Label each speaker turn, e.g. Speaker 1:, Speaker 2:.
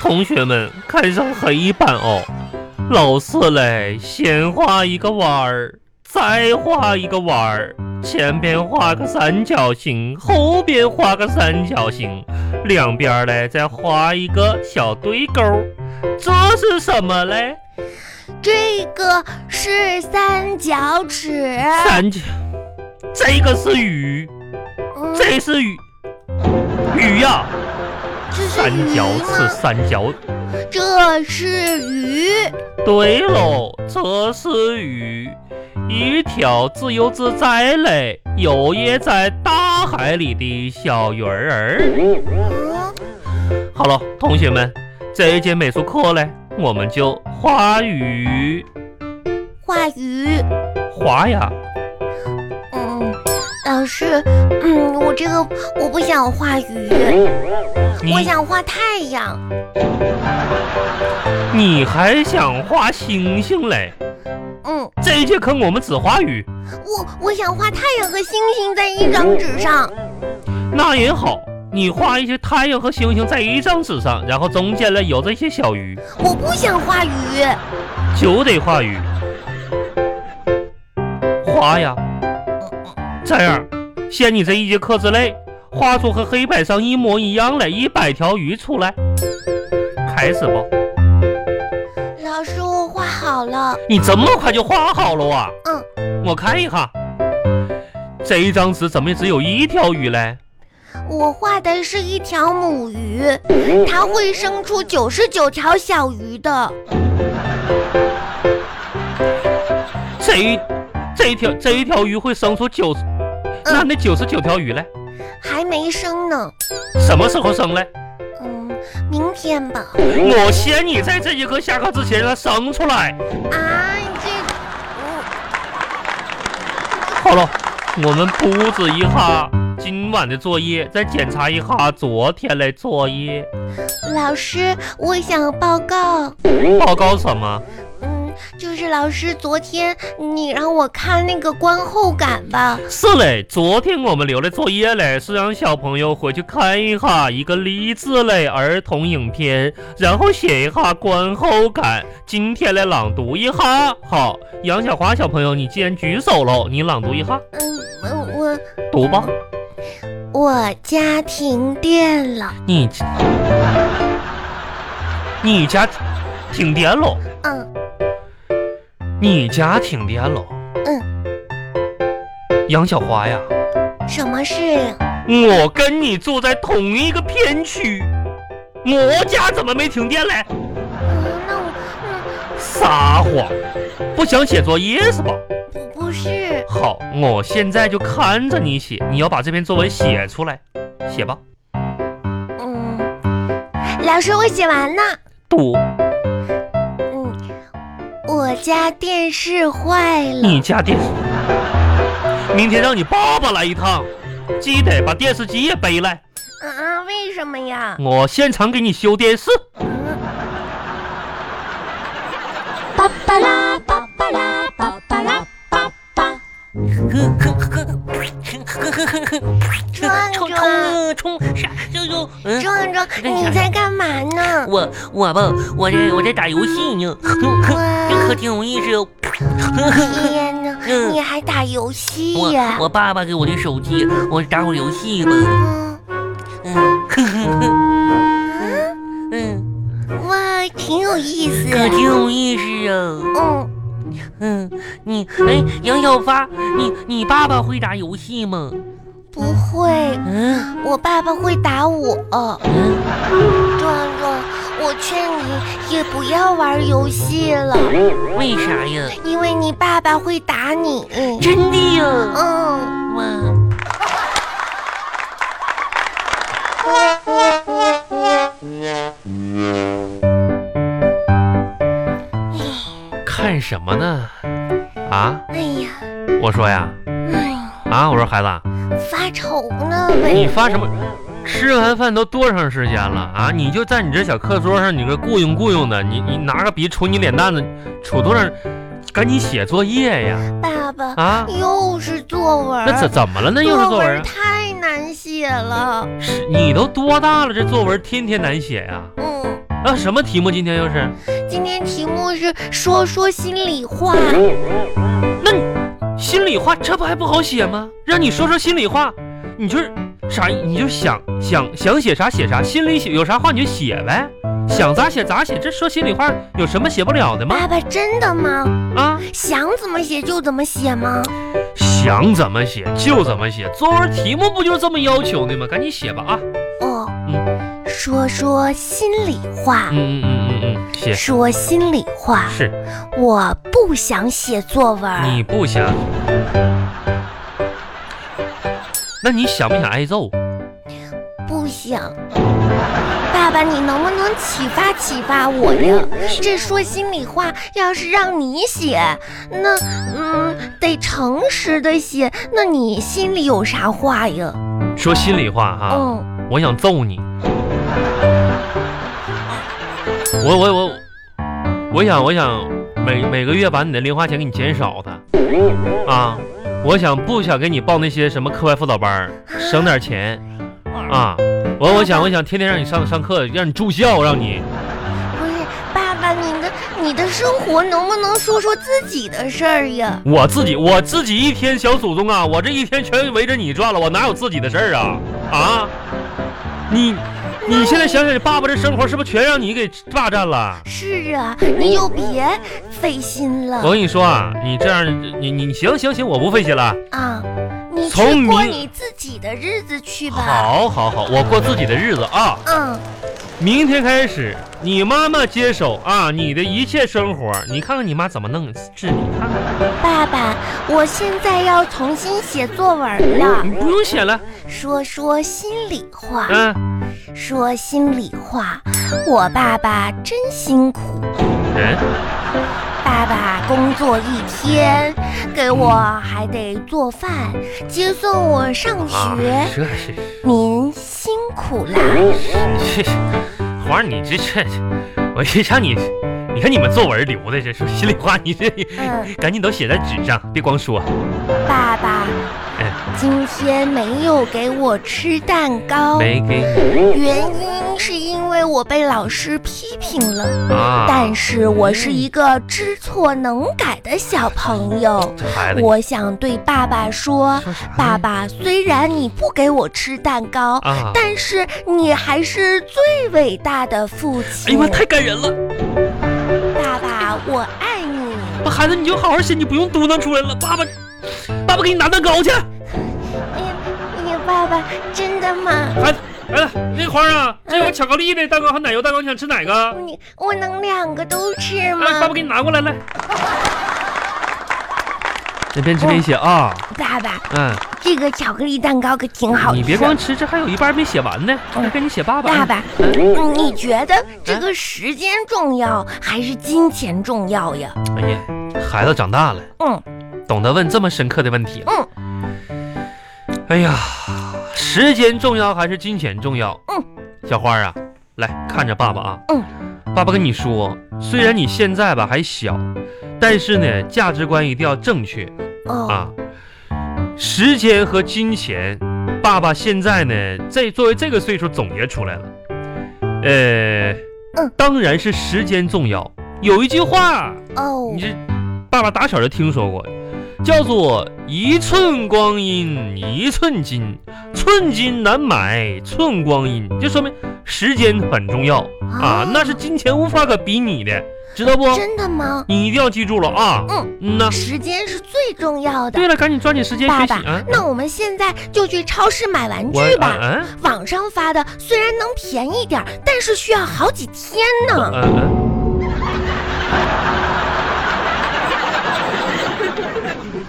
Speaker 1: 同学们看上黑板哦，老师嘞，先画一个弯儿，再画一个弯儿，前边画个三角形，后边画个三角形，两边儿嘞再画一个小对勾儿，这是什么嘞？
Speaker 2: 这个是三角尺，
Speaker 1: 三角，这个是鱼，
Speaker 2: 嗯
Speaker 1: 这是鱼，鱼呀、
Speaker 2: 这是
Speaker 1: 三角
Speaker 2: 鱼
Speaker 1: 是
Speaker 2: 吗？
Speaker 1: 三角。
Speaker 2: 这是鱼，
Speaker 1: 对喽，这是鱼，一条自由自在嘞，游弋在大海里的小鱼儿。
Speaker 2: 嗯，
Speaker 1: 好了，同学们，这一节美术课嘞，我们就画鱼，
Speaker 2: 画鱼，
Speaker 1: 画呀，
Speaker 2: 嗯，老师，嗯，我这个我不想画鱼，
Speaker 1: 你
Speaker 2: 我想画太阳，
Speaker 1: 你还想画星星嘞？
Speaker 2: 嗯，
Speaker 1: 这一节课我们只画鱼，
Speaker 2: 我我想画太阳和星星在一张纸上，
Speaker 1: 那也好。你画一些太阳和星星在一张纸上，然后中间呢有着一些小鱼，
Speaker 2: 我不想画鱼，
Speaker 1: 就得画鱼，画呀。这样，限你这一节课之内，画出和黑板上一模一样的一百条鱼出来。开始吧，
Speaker 2: 老师，我画好了，
Speaker 1: 你这么快就画好了啊？
Speaker 2: 嗯，
Speaker 1: 我看一下，这一张纸怎么只有一条鱼嘞？
Speaker 2: 我画的是一条母鱼，它会生出九十九条小鱼的。
Speaker 1: 这一这一条这一条鱼会生出九十，那那九十九条鱼嘞？
Speaker 2: 还没生呢，
Speaker 1: 什么时候生嘞？
Speaker 2: 嗯，明天吧。
Speaker 1: 我限你在这节课下课之前让它生出来。
Speaker 2: 啊，这，
Speaker 1: 好了，我们布置一下今晚的作业，再检查一下昨天的作业。
Speaker 2: 嗯，老师，我想报告，
Speaker 1: 报告什么？
Speaker 2: 嗯，就是老师昨天你让我看那个观后感吧，
Speaker 1: 是嘞，昨天我们留的作业嘞，是让小朋友回去看一下一个励志类儿童影片，然后写一下观后感。今天来朗读一下。好，杨小华小朋友，你既然举手喽，你朗读一下，
Speaker 2: 嗯，嗯我
Speaker 1: 读吧。
Speaker 2: 我家停电了，
Speaker 1: 你，你家停电喽？
Speaker 2: 嗯，
Speaker 1: 你家停电了？嗯。杨小花呀，
Speaker 2: 什么事呀？
Speaker 1: 我跟你住在同一个片区，我家怎么没停电嘞？
Speaker 2: 嗯，那我，
Speaker 1: 撒谎，不想写作业是吧？
Speaker 2: 嗯，不不是，
Speaker 1: 好，我现在就看着你写，你要把这篇作文写出来，写吧。
Speaker 2: 嗯，老师，我写完呢，
Speaker 1: 读，
Speaker 2: 嗯，我家电视坏了，
Speaker 1: 你家电视，明天让你爸爸来一趟，记得把电视机也背来，
Speaker 2: 啊，为什么呀？
Speaker 1: 我现场给你修电视。
Speaker 2: 巴巴拉巴巴拉巴巴拉巴巴。壮
Speaker 3: 冲
Speaker 2: 壮，
Speaker 3: 冲冲啥？就就嗯，
Speaker 2: 壮壮，哎你在干嘛呢？
Speaker 3: 我我吧，我这我在打游戏呢，这可挺有意思哦。
Speaker 2: 天哪，你还打游戏呀
Speaker 3: 我？我爸爸给我的手机，我打会儿游戏吧。
Speaker 2: 嗯
Speaker 3: 嗯，呵呵呵，嗯，
Speaker 2: 哇，挺有意思。
Speaker 3: 可挺有意思啊。
Speaker 2: 嗯，
Speaker 3: 嗯，你哎，杨小发，你你爸爸会打游戏吗？
Speaker 2: 不会，
Speaker 3: 嗯
Speaker 2: 我爸爸会打我。
Speaker 3: 嗯，
Speaker 2: 壮壮，我劝你也不要玩游戏了，
Speaker 3: 为啥呀？
Speaker 2: 因为你爸爸会打你。
Speaker 3: 真的呀？
Speaker 2: 嗯。
Speaker 3: 哇！
Speaker 1: 看什么呢？啊，
Speaker 2: 哎呀，
Speaker 1: 我说呀，
Speaker 2: 哎，
Speaker 1: 啊，我说孩子，
Speaker 2: 发愁呢
Speaker 1: 你
Speaker 2: 呗。
Speaker 1: 发什么？吃完饭都多长时间了啊？你就在你这小课桌上，你这雇佣雇佣的，你你拿个笔杵你脸蛋子，杵多长？赶紧写作业呀！
Speaker 2: 爸爸，
Speaker 1: 啊，
Speaker 2: 又是作文儿，
Speaker 1: 那怎怎么了呢？又是作文
Speaker 2: 文
Speaker 1: 啊？
Speaker 2: 太难写了。
Speaker 1: 是你都多大了，这作文天天难写呀、
Speaker 2: 嗯，
Speaker 1: 啊？啊，什么题目？今天又是？
Speaker 2: 今天题目是说说心里话，
Speaker 1: 嗯那你心里话这不还不好写吗？让你说说心里话，你就是啥，你就想想想写啥写啥，心里写有啥话你就写呗，想咋写咋写，这说心里话有什么写不了的吗？
Speaker 2: 爸爸真的吗？
Speaker 1: 啊，
Speaker 2: 想怎么写就怎么写吗？
Speaker 1: 想怎么写就怎么写，作文题目不就是这么要求的吗？赶紧写吧啊！
Speaker 2: 哦，说说心里话，
Speaker 1: 嗯嗯嗯嗯嗯嗯，写
Speaker 2: 说心里话，
Speaker 1: 是
Speaker 2: 我不想写作文。
Speaker 1: 你不想，那你想不想挨揍？
Speaker 2: 不想。爸爸，你能不能启发启发我呀？这说心里话，要是让你写，那嗯，得诚实的写。那你心里有啥话呀？
Speaker 1: 说心里话啊哈、
Speaker 2: 嗯，
Speaker 1: 我想揍你。我我我，我想我想每每个月把你的零花钱给你减少的啊！我想不想给你报那些什么课外辅导班儿，省点钱啊！我我想我想天天让你上上课，让你住校，让你
Speaker 2: 不是，爸爸，你的你的生活能不能说说自己的事儿呀？
Speaker 1: 我自己我自己一天小祖宗啊！我这一天全围着你转了，我哪有自己的事儿啊啊！你你现在想想，爸爸这生活是不是全让你给霸占了？
Speaker 2: 是啊，你就别费心
Speaker 1: 嗯我
Speaker 2: 了
Speaker 1: 跟你说啊，你这样，你你你行行行，我不费心了。
Speaker 2: 啊，你
Speaker 1: 从
Speaker 2: 去过
Speaker 1: 明
Speaker 2: 你自己的日子去吧。
Speaker 1: 好，好，好，我过自己的日子啊。
Speaker 2: 嗯，
Speaker 1: 明天开始，你妈妈接手啊，你的一切生活，你看看你妈怎么弄治你，看看。
Speaker 2: 爸爸，我现在要重新写作文了。
Speaker 1: 你不用写了，
Speaker 2: 说说心里话，
Speaker 1: 嗯、
Speaker 2: 说心里话，我爸爸真辛苦，
Speaker 1: 人
Speaker 2: 爸爸工作一天，给我还得做饭，接送我上
Speaker 1: 啊哦
Speaker 2: 学，，
Speaker 1: 这是
Speaker 2: 您辛苦啦。
Speaker 1: 这是，花儿，你这这，我一让你，你看你们作文留的这说心里话，你这
Speaker 2: 嗯，
Speaker 1: 赶紧都写在纸上，别光说。
Speaker 2: 爸爸
Speaker 1: 哎，
Speaker 2: 今天没有给我吃蛋糕，
Speaker 1: 没给你
Speaker 2: 原因是因为我被老师批评了，
Speaker 1: 啊，
Speaker 2: 但是我是一个知错能改的小朋友。
Speaker 1: 这孩子，
Speaker 2: 我想对爸爸说，
Speaker 1: 说啥呢
Speaker 2: 爸爸，虽然你不给我吃蛋糕，
Speaker 1: 啊。
Speaker 2: 但是你还是最伟大的父
Speaker 1: 哎呀
Speaker 2: 亲。
Speaker 1: 妈，太感人了！
Speaker 2: 爸爸，我爱你。
Speaker 1: 我孩子，你就好好写，你不用嘟囔出来了。爸爸，爸爸给你拿蛋糕去。
Speaker 2: 哎呀，哎呀，爸爸，真的吗？
Speaker 1: 孩子，孩子，那花儿啊，这有巧克力的蛋糕和奶油蛋糕，你想吃哪个？
Speaker 2: 你我能两个都吃吗？
Speaker 1: 哎，爸爸给你拿过来，来。 那边吃边写啊，
Speaker 2: 爸爸
Speaker 1: 嗯，
Speaker 2: 这个巧克力蛋糕可挺好吃。
Speaker 1: 你别光吃，这还有一半没写完呢，来赶紧写爸爸。
Speaker 2: 爸爸，嗯你觉得这个时间重要还是金钱重要呀？
Speaker 1: 哎呀，孩子长大了，
Speaker 2: 嗯
Speaker 1: 懂得问这么深刻的问题了。
Speaker 2: 嗯
Speaker 1: 哎呀，时间重要还是金钱重要？
Speaker 2: 嗯，
Speaker 1: 小花啊，来看着爸爸啊。
Speaker 2: 嗯，
Speaker 1: 爸爸跟你说，虽然你现在吧还小，但是呢，价值观一定要正确
Speaker 2: 哦、
Speaker 1: 啊。时间和金钱，爸爸现在呢，这作为这个岁数总结出来了。呃，
Speaker 2: 嗯
Speaker 1: 当然是时间重要。有一句话，
Speaker 2: 哦
Speaker 1: 你，这爸爸打小就听说过，叫做“一寸光阴一寸金，寸金难买寸光阴”，就说明时间很重要啊
Speaker 2: 哦，
Speaker 1: 那是金钱无法可比拟的，知道不？
Speaker 2: 真的吗？
Speaker 1: 你一定要记住了啊！
Speaker 2: 嗯
Speaker 1: 嗯呐，
Speaker 2: 时间是最重要的
Speaker 1: 对。了，赶紧抓紧时间
Speaker 2: 爸
Speaker 1: 学习
Speaker 2: 爸
Speaker 1: 啊！
Speaker 2: 那我们现在就去超市买玩
Speaker 1: 我
Speaker 2: 具吧。
Speaker 1: 嗯
Speaker 2: 网上发的虽然能便宜点儿，但是需要好几天
Speaker 1: 嗯
Speaker 2: 呢。
Speaker 1: 嗯嗯，